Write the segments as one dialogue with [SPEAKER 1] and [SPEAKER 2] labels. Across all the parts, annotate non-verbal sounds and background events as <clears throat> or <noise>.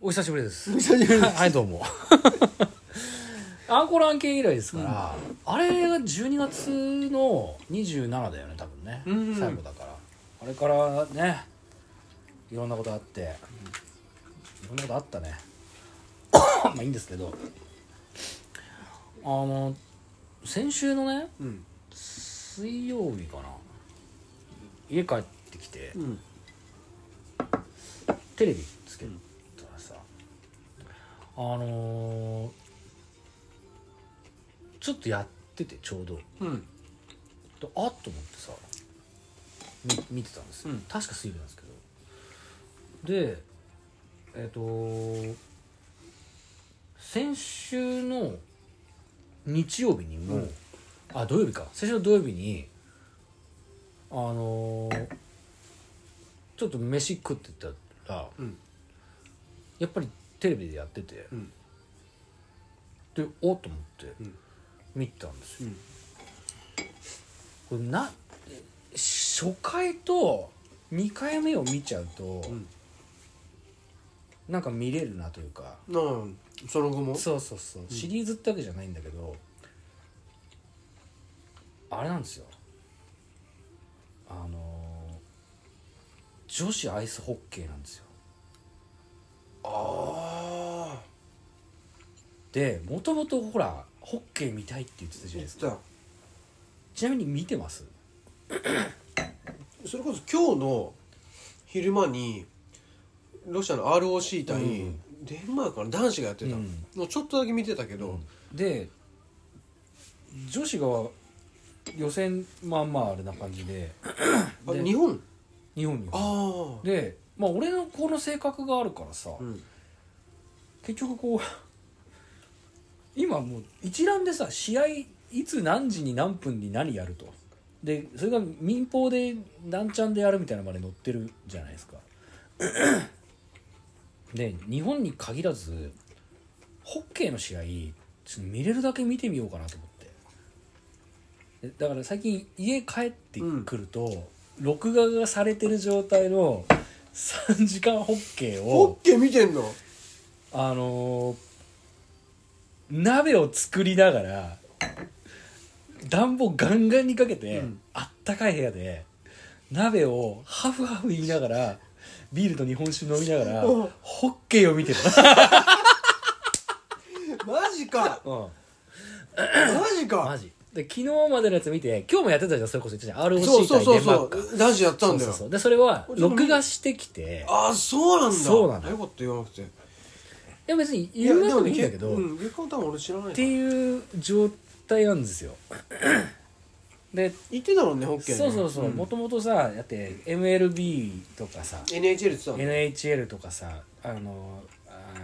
[SPEAKER 1] お久しぶりです
[SPEAKER 2] 久しぶりです
[SPEAKER 1] はいどう
[SPEAKER 2] <laughs>
[SPEAKER 1] もアンコール案件以来ですから、あれが12月の27だよね多分ね、
[SPEAKER 2] うん
[SPEAKER 1] 最後だからあれからねいろんなことあっていろんなことあったね <coughs> まあいいんですけどあの先週のね
[SPEAKER 2] うん
[SPEAKER 1] 水曜日かな家帰ってきて、
[SPEAKER 2] うん
[SPEAKER 1] テレビつけたらさ、あのーちょっとやっててちょうどで
[SPEAKER 2] うん
[SPEAKER 1] あっと思ってさみ見てたんですよ、
[SPEAKER 2] うん
[SPEAKER 1] 確か水曜日なんですけどでえっ、と先週の日曜日にも、
[SPEAKER 2] うん
[SPEAKER 1] あ土曜日か先週の土曜日にあのーちょっと飯食ってたら
[SPEAKER 2] うん
[SPEAKER 1] やっぱりテレビでやってて
[SPEAKER 2] うん
[SPEAKER 1] でおっと思って
[SPEAKER 2] うん
[SPEAKER 1] 見てたんです
[SPEAKER 2] う
[SPEAKER 1] よ、
[SPEAKER 2] ん
[SPEAKER 1] これな初回と2回目を見ちゃうと、
[SPEAKER 2] ん
[SPEAKER 1] なんか見れるなというか
[SPEAKER 2] なあその後も
[SPEAKER 1] そうそうそうシリーズってわけじゃないんだけど、あれなんですよあのー女子アイスホッケーなんですよ
[SPEAKER 2] ああ
[SPEAKER 1] でもともとほらホッケー見たいって言ってたじゃないですか
[SPEAKER 2] じゃあ
[SPEAKER 1] ちなみに見てます
[SPEAKER 2] それこそ今日の昼間にロシアの ROC 対
[SPEAKER 1] うん
[SPEAKER 2] デンマークかな男子がやってた
[SPEAKER 1] うん
[SPEAKER 2] のちょっとだけ見てたけど
[SPEAKER 1] で女子が予選まあまああれな感じで
[SPEAKER 2] あ
[SPEAKER 1] で
[SPEAKER 2] 日本
[SPEAKER 1] 日本に
[SPEAKER 2] ああ
[SPEAKER 1] でまあ俺のこの性格があるからさ、
[SPEAKER 2] うん
[SPEAKER 1] 結局こう <laughs> 今もう一覧でさ試合いつ何時に何分に何やるとでそれが民放で何ちゃんでやるみたいなのまで載ってるじゃないですかで日本に限らずホッケーの試合ちょっと見れるだけ見てみようかなと思ってでだから最近家帰ってくると、録画がされてる状態の3時間ホッケーを
[SPEAKER 2] ホッケー見てんの
[SPEAKER 1] あのー鍋を作りながら暖房ガンガンにかけて、
[SPEAKER 2] うん
[SPEAKER 1] あったかい部屋で鍋をハフハフ言いながらビールと日本酒飲みながら
[SPEAKER 2] うん
[SPEAKER 1] ホッケーを見てる、
[SPEAKER 2] マジか
[SPEAKER 1] うん、
[SPEAKER 2] マジ
[SPEAKER 1] マ
[SPEAKER 2] か
[SPEAKER 1] ジで昨日までのやつ見て今日もやってたじゃんそれこそ言ってたじゃん ROC
[SPEAKER 2] そうそう
[SPEAKER 1] 対デ
[SPEAKER 2] そう
[SPEAKER 1] ンマ
[SPEAKER 2] そ
[SPEAKER 1] ークか
[SPEAKER 2] う男子やった
[SPEAKER 1] そう
[SPEAKER 2] んだ
[SPEAKER 1] そうそ
[SPEAKER 2] よ
[SPEAKER 1] うでそれは録画してきて
[SPEAKER 2] ああそうなんだ
[SPEAKER 1] そうなんだ
[SPEAKER 2] よかった言わなくて
[SPEAKER 1] いや別に言うわけもいいんだけど、
[SPEAKER 2] うん月間多分俺知らない
[SPEAKER 1] っていう状態なんです
[SPEAKER 2] <coughs>
[SPEAKER 1] よで
[SPEAKER 2] 言ってたもんねホッケーね
[SPEAKER 1] そうそうそうもともとさだって MLB とかさ
[SPEAKER 2] NHL って言ってたもん
[SPEAKER 1] NHL とかさあのあ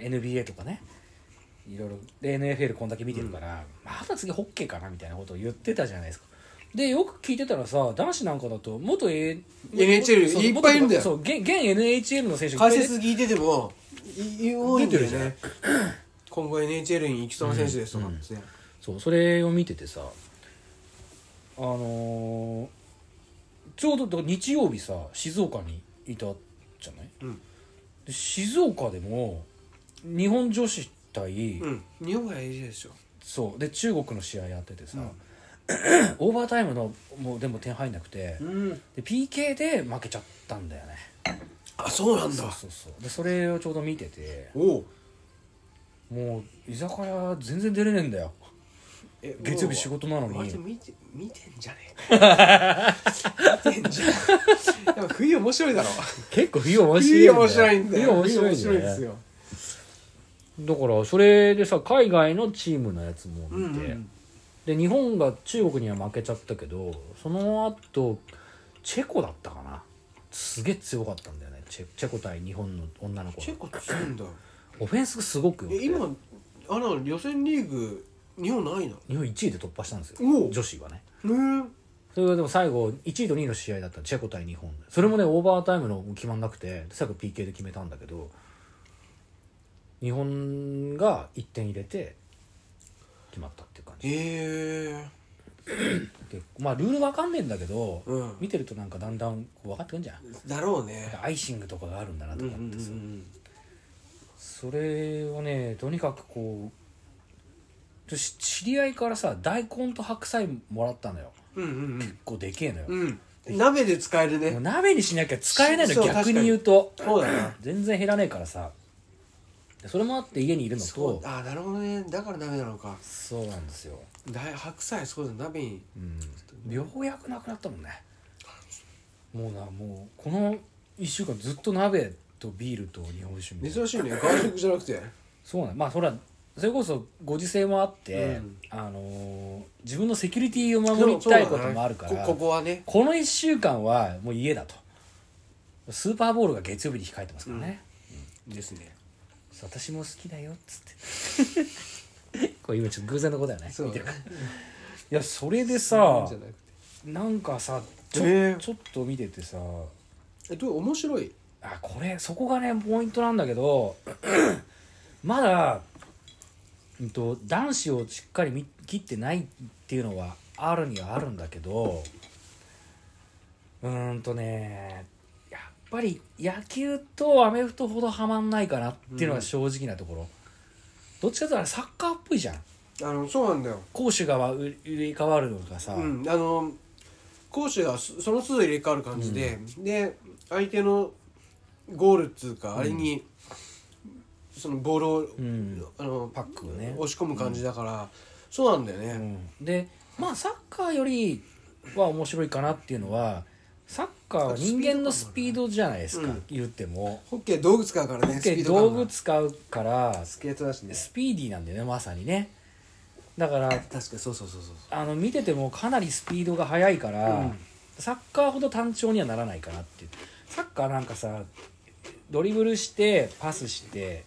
[SPEAKER 1] ー NBA とかねいろいろで NFL こんだけ見てるから、また次ホッケーかなみたいなことを言ってたじゃないですかでよく聞いてたらさ男子なんかだと元 A-
[SPEAKER 2] NHL
[SPEAKER 1] そう
[SPEAKER 2] いっぱいいるんだよ
[SPEAKER 1] そう現現 NHL の選手がいっ
[SPEAKER 2] 解
[SPEAKER 1] ぱいいる
[SPEAKER 2] 説聞いててもいい多いんだよ <coughs> ね今後 NHL に行きそうな選手ですとかですね、
[SPEAKER 1] そうそれを見ててさあのーちょうどだから日曜日さ静岡にいたじゃない
[SPEAKER 2] うん
[SPEAKER 1] で静岡でも日本女子対、
[SPEAKER 2] うん日本が AJ ですよ
[SPEAKER 1] そうで中国の試合やっててさ、 <coughs> オーバータイムのもうでも点入んなくて、
[SPEAKER 2] うん
[SPEAKER 1] で PK で負けちゃったんだよね
[SPEAKER 2] あそうなんだ
[SPEAKER 1] そうそうそうでそれをちょうど見てて
[SPEAKER 2] おお
[SPEAKER 1] もう居酒屋全然出れねえんだよ
[SPEAKER 2] え
[SPEAKER 1] 月曜日仕事なのに
[SPEAKER 2] 割と見て見てんじゃねえか見てんじゃねえやっぱ冬面白いだろ
[SPEAKER 1] 結構冬面白い
[SPEAKER 2] 冬面白いんだよ
[SPEAKER 1] 冬面白いんだよね
[SPEAKER 2] 冬面ですよ
[SPEAKER 1] だからそれでさ海外のチームのやつも
[SPEAKER 2] うん
[SPEAKER 1] 見て、
[SPEAKER 2] うん
[SPEAKER 1] で日本が中国には負けちゃったけどその後チェコだったかなすげえ強かったんだよねチェチェコ対日本の女の子
[SPEAKER 2] チェコ強いんだ
[SPEAKER 1] オフェンスすごくよく
[SPEAKER 2] え
[SPEAKER 1] て
[SPEAKER 2] 今あの予選リーグ日本ないな
[SPEAKER 1] 日本1位で突破したんですよ
[SPEAKER 2] おう
[SPEAKER 1] 女子はね
[SPEAKER 2] ね
[SPEAKER 1] それがでも最後1位と2位の試合だったチェコ対日本でそれもねオーバータイムの決まんなくて最後 PK で決めたんだけど日本が1点入れて決まったっていう感じ
[SPEAKER 2] ええ
[SPEAKER 1] 結構まあルールわかんねえんだけど、
[SPEAKER 2] うん
[SPEAKER 1] 見てるとなんかだんだんこう分かってくんじゃん
[SPEAKER 2] だろうね
[SPEAKER 1] アイシングとかがあるんだなと
[SPEAKER 2] うん
[SPEAKER 1] か
[SPEAKER 2] うん
[SPEAKER 1] っ
[SPEAKER 2] う
[SPEAKER 1] てさ、
[SPEAKER 2] ん
[SPEAKER 1] それをねとにかくこうし知り合いからさ大根と白菜もらったのよ
[SPEAKER 2] うんうん
[SPEAKER 1] こうでけえのよ、
[SPEAKER 2] うんうん鍋で使える
[SPEAKER 1] もう
[SPEAKER 2] ね
[SPEAKER 1] 鍋にしなきゃ使えないの
[SPEAKER 2] そう
[SPEAKER 1] 逆に言うと
[SPEAKER 2] そうだな
[SPEAKER 1] 全然減らねえからさでそれもあって家にいるのと
[SPEAKER 2] そうあなるほどねだから鍋なのか
[SPEAKER 1] そうなんですよ、
[SPEAKER 2] だ白菜そうだ鍋に
[SPEAKER 1] うん、ようやくなくなったもんねもうなもうこの1週間ずっと鍋とビールと日本酒みたいな
[SPEAKER 2] 珍しいね外食じゃなくて
[SPEAKER 1] そうなんまあそれはそれこそご時世もあって、
[SPEAKER 2] うん
[SPEAKER 1] あのー自分のセキュリティを守りたいこともあるから、
[SPEAKER 2] こここはね
[SPEAKER 1] この1週間はもう家だとスーパーボールが月曜日に控えてますからね、
[SPEAKER 2] ですね
[SPEAKER 1] そう私も好きだよっつって <laughs> これ今ちょっと偶然のことだよね
[SPEAKER 2] そう
[SPEAKER 1] 見て
[SPEAKER 2] だ
[SPEAKER 1] る
[SPEAKER 2] ね
[SPEAKER 1] いやそれで
[SPEAKER 2] そ
[SPEAKER 1] さ
[SPEAKER 2] うじゃなくて
[SPEAKER 1] なんかさちょ,、
[SPEAKER 2] ねえ
[SPEAKER 1] ちょっと見ててさ
[SPEAKER 2] えどう面白い
[SPEAKER 1] あこれそこがねポイントなんだけど <clears throat> まだ、うん、と男子をしっかり見切ってないっていうのはあるにはあるんだけどうーんとねやっぱり野球とアメフトほどはまんないかなっていうのが正直なところ、どっちかというとあれサッカーっぽいじゃん
[SPEAKER 2] あのそうなんだよ
[SPEAKER 1] 攻守が入れ替わるのがさ、
[SPEAKER 2] うんあの攻守がそその都度入れ替わる感じで、で相手のゴールっつうか、あれにそのボールを、
[SPEAKER 1] ん
[SPEAKER 2] あの
[SPEAKER 1] パックをね
[SPEAKER 2] 押し込む感じだから、そうなんだよね、
[SPEAKER 1] でまあサッカーよりは面白いかなっていうのはサッカーは人間のスピードじゃないですか、
[SPEAKER 2] うん
[SPEAKER 1] 言っても
[SPEAKER 2] ホッケー道具使うからねスピード
[SPEAKER 1] 道
[SPEAKER 2] 感が
[SPEAKER 1] 具使うから
[SPEAKER 2] スケートだしね
[SPEAKER 1] スピーディーなんだよねまさにねだから
[SPEAKER 2] 確かにそうそうそうそう
[SPEAKER 1] あの見ててもかなりスピードが速いから、
[SPEAKER 2] うん
[SPEAKER 1] サッカーほど単調にはならないかなっていうサッカーなんかさドリブルしてパスして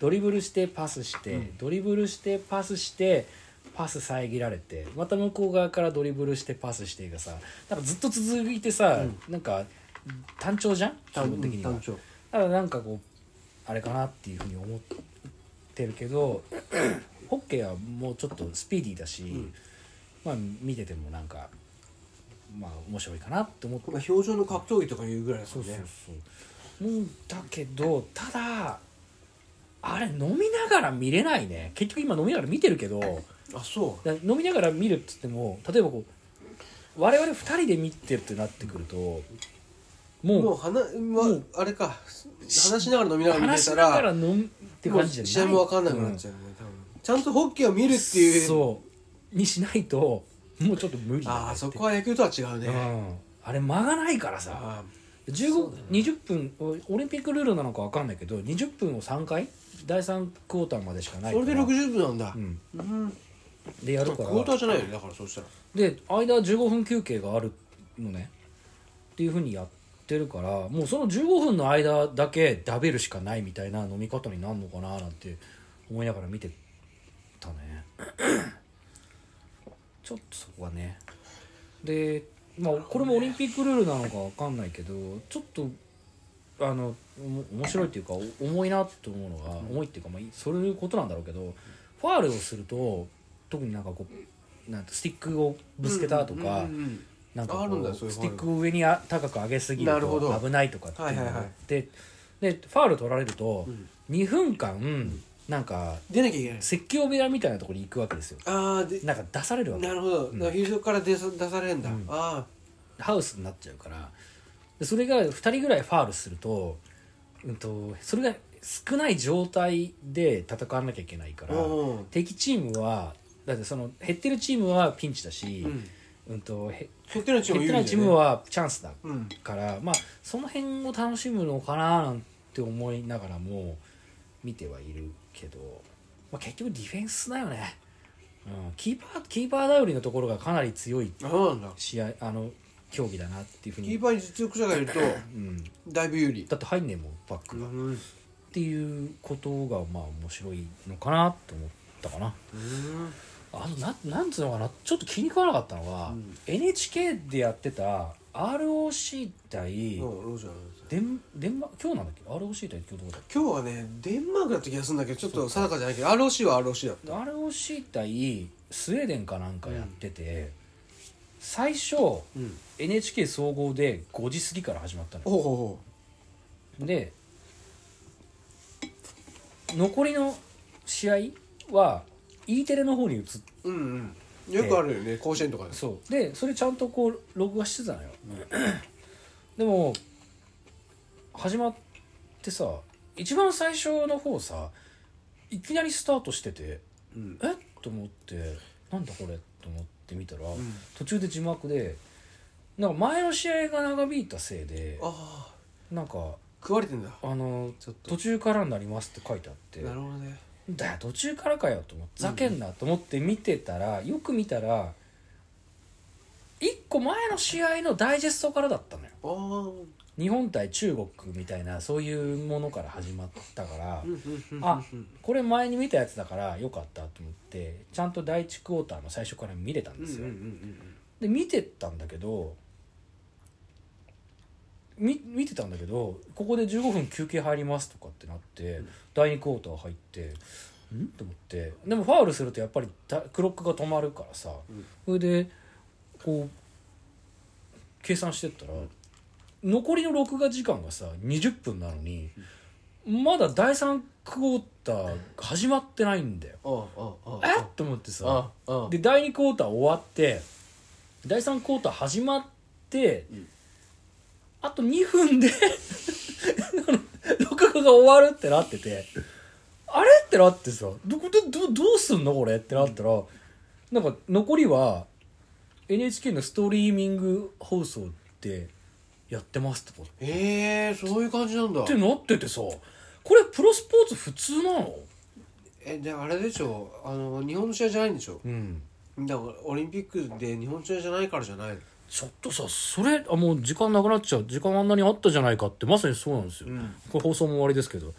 [SPEAKER 1] ドリブルしてパスして、ドリブルしてパスしてパス遮られてまた向こう側からドリブルしてパスしてがさなんかずっと続いてさ、なんか単調じゃん基本的には、
[SPEAKER 2] 単調
[SPEAKER 1] ただなんかこうあれかなっていうふうに思ってるけどホッケーはもうちょっとスピーディーだし、まあ見ててもなんかまあ面白いかなって思って
[SPEAKER 2] まあ表情の格闘技とかいうぐらいだからね
[SPEAKER 1] そうもうだけどただあれ飲みながら見れないね結局今飲みながら見てるけど
[SPEAKER 2] あそ
[SPEAKER 1] だ飲みながら見るっつっても例えばこう我々2人で見てるってなってくると
[SPEAKER 2] う
[SPEAKER 1] も
[SPEAKER 2] も
[SPEAKER 1] う
[SPEAKER 2] う話、ま
[SPEAKER 1] もう
[SPEAKER 2] あれか話しながら飲みながら見
[SPEAKER 1] 話
[SPEAKER 2] て
[SPEAKER 1] したなが
[SPEAKER 2] ら
[SPEAKER 1] ら飲むって
[SPEAKER 2] もう
[SPEAKER 1] 感じじ
[SPEAKER 2] 試
[SPEAKER 1] ゃ
[SPEAKER 2] 合
[SPEAKER 1] ない
[SPEAKER 2] も分かんなくなっちゃうね、多分ちゃんとホッケーを見るっていう
[SPEAKER 1] そうにしないともうちょっと無理だね
[SPEAKER 2] ああそこは野球とは違うね、
[SPEAKER 1] うんあれ間がないからさ
[SPEAKER 2] あ
[SPEAKER 1] 15 20分おオリンピックルールなのか分かんないけど20分を3回第3クォーターまでしか
[SPEAKER 2] あ
[SPEAKER 1] ない
[SPEAKER 2] そ
[SPEAKER 1] から
[SPEAKER 2] れで60分なんだ、
[SPEAKER 1] うん
[SPEAKER 2] うん
[SPEAKER 1] でやる
[SPEAKER 2] ク
[SPEAKER 1] か
[SPEAKER 2] ォーター
[SPEAKER 1] ら
[SPEAKER 2] じゃないよねだからそうしたら
[SPEAKER 1] で間15分休憩があるのねっていうふうにやってるからもうその15分の間だけ食べるしかないみたいな飲み方になるのかななんて思いながら見てた
[SPEAKER 2] <clears throat>
[SPEAKER 1] ねちょっとそこはねでまあこれもオリンピックルールなのかわかんないけどちょっとあのおも面白いっていうかお重いなと思うのが重いっていうかまあいそういうことなんだろうけどファールをすると特になんかこうなんてスティックをぶつけたとか、
[SPEAKER 2] うんうんうん
[SPEAKER 1] なんか
[SPEAKER 2] ある
[SPEAKER 1] こ
[SPEAKER 2] んだ
[SPEAKER 1] う
[SPEAKER 2] そういう
[SPEAKER 1] ス
[SPEAKER 2] ファウル
[SPEAKER 1] ティックを上にあ高く上げすぎる
[SPEAKER 2] なるほど
[SPEAKER 1] と危ないとかっていうの
[SPEAKER 2] はい
[SPEAKER 1] が
[SPEAKER 2] は
[SPEAKER 1] あ
[SPEAKER 2] いは
[SPEAKER 1] っ
[SPEAKER 2] い
[SPEAKER 1] てでファウル取られると
[SPEAKER 2] ん
[SPEAKER 1] 2分間なんか
[SPEAKER 2] 出なきゃいけない
[SPEAKER 1] 説教部屋みたいなところに行くわけですよ
[SPEAKER 2] ああで
[SPEAKER 1] なんか出されるわけ
[SPEAKER 2] なるほど、だからフィールドから出さ出されんだ、あ
[SPEAKER 1] ハウスになっちゃうからでそれが2人ぐらいファールすると,、うん、とそれが少ない状態で戦わなきゃいけないから
[SPEAKER 2] うん
[SPEAKER 1] 敵チームはだってその減ってるチームはピンチだし、
[SPEAKER 2] あうん
[SPEAKER 1] うん、とへ
[SPEAKER 2] 減ってないチー
[SPEAKER 1] 減
[SPEAKER 2] ム
[SPEAKER 1] っ
[SPEAKER 2] もい
[SPEAKER 1] てない
[SPEAKER 2] るんだよね
[SPEAKER 1] チームはチャンスだ
[SPEAKER 2] うん
[SPEAKER 1] から、まあその辺を楽しむのかななんて思いながらも見てはいるけど、まあ、結局ディフェンスだよね、うん、キーパーキーパー頼りのところがかなり強い
[SPEAKER 2] あそうなんだ
[SPEAKER 1] 試合あの競技だなっていうふう
[SPEAKER 2] キ
[SPEAKER 1] に
[SPEAKER 2] ー、パーに実力者がいる <laughs> と
[SPEAKER 1] うん、
[SPEAKER 2] だいぶ有利
[SPEAKER 1] だって入んねえもんバック
[SPEAKER 2] う
[SPEAKER 1] が、っ
[SPEAKER 2] ん
[SPEAKER 1] ていうことがまあ面白いのかなと思ったかな
[SPEAKER 2] うん
[SPEAKER 1] あのななんつうのかなちょっと気に食わなかったのは、
[SPEAKER 2] うん
[SPEAKER 1] NHK でやってた ROC 対、
[SPEAKER 2] そうロジャー
[SPEAKER 1] デンデンマ今日なんだっけ ROC 対今日どこだっ
[SPEAKER 2] 今日はねデンマークだった気がするんだけどちょっと定かじゃないけど ROC は ROC だっ
[SPEAKER 1] け
[SPEAKER 2] た
[SPEAKER 1] ROC 対スウェーデンかなんかやってて、最初
[SPEAKER 2] うん
[SPEAKER 1] NHK 総合で5時過ぎから始まったのよ
[SPEAKER 2] おうおうおう
[SPEAKER 1] で残りの試合は E テレの方に移っ
[SPEAKER 2] うんうんよくあるよね甲子園とかで
[SPEAKER 1] そうでそれちゃんとこう録画してたのよでも始まってさ一番最初の方さいきなりスタートしてて
[SPEAKER 2] うん
[SPEAKER 1] えっと思ってなんだこれと思って見たら、
[SPEAKER 2] ん
[SPEAKER 1] 途中で字幕でなんか前の試合が長引いたせいで
[SPEAKER 2] ああ
[SPEAKER 1] なんか
[SPEAKER 2] 食われてんだ
[SPEAKER 1] あの
[SPEAKER 2] ちょっと
[SPEAKER 1] 途中からになりますって書いてあって
[SPEAKER 2] なるほどね
[SPEAKER 1] だよ途中からかよと思ってふざけんなと思って見てたら、よく見たら1個前の試合のダイジェストからだったのよ
[SPEAKER 2] ああうん
[SPEAKER 1] 日本対中国みたいなそういうものから始まったから、
[SPEAKER 2] うんうんうん
[SPEAKER 1] あこれ前に見たやつだからよかったと思ってちゃんと第1クォーターの最初から見れたん
[SPEAKER 2] うんう
[SPEAKER 1] で
[SPEAKER 2] ん
[SPEAKER 1] すよ、
[SPEAKER 2] うん
[SPEAKER 1] で見てたんだけどみ見てたんだけどここで15分休憩入りますとかってなって、第2クォーター入ってんと思ってでもファウルするとやっぱりだクロックが止まるからさ、
[SPEAKER 2] うん
[SPEAKER 1] それでこう計算してったら、残りの録画時間がさ20分なのに、まだ第3クォーター始まってないんだよ。
[SPEAKER 2] ああああ
[SPEAKER 1] えっと思ってさ
[SPEAKER 2] ああ
[SPEAKER 1] で第2クォーター終わって第3クォーター始まって、
[SPEAKER 2] ん
[SPEAKER 1] あと2分で <laughs> あの録画が終わるってなっててあれってなってさどこでどどうすんのこれってなったら、なんか残りは NHK のストリーミング放送でやってますとかっ
[SPEAKER 2] ええそういう感じなんだ
[SPEAKER 1] てなっててさこれプロスポーツ普通なの
[SPEAKER 2] えであれでしょあの日本の試合じゃないんでしょ
[SPEAKER 1] うん
[SPEAKER 2] だからオリンピックで日本試合じゃないからじゃないの
[SPEAKER 1] ちょっとさそれあもう時間なくなっちゃう時間あんなにあったじゃないかってまさにそうなんですよ、
[SPEAKER 2] ん
[SPEAKER 1] これ放送も終わりですけど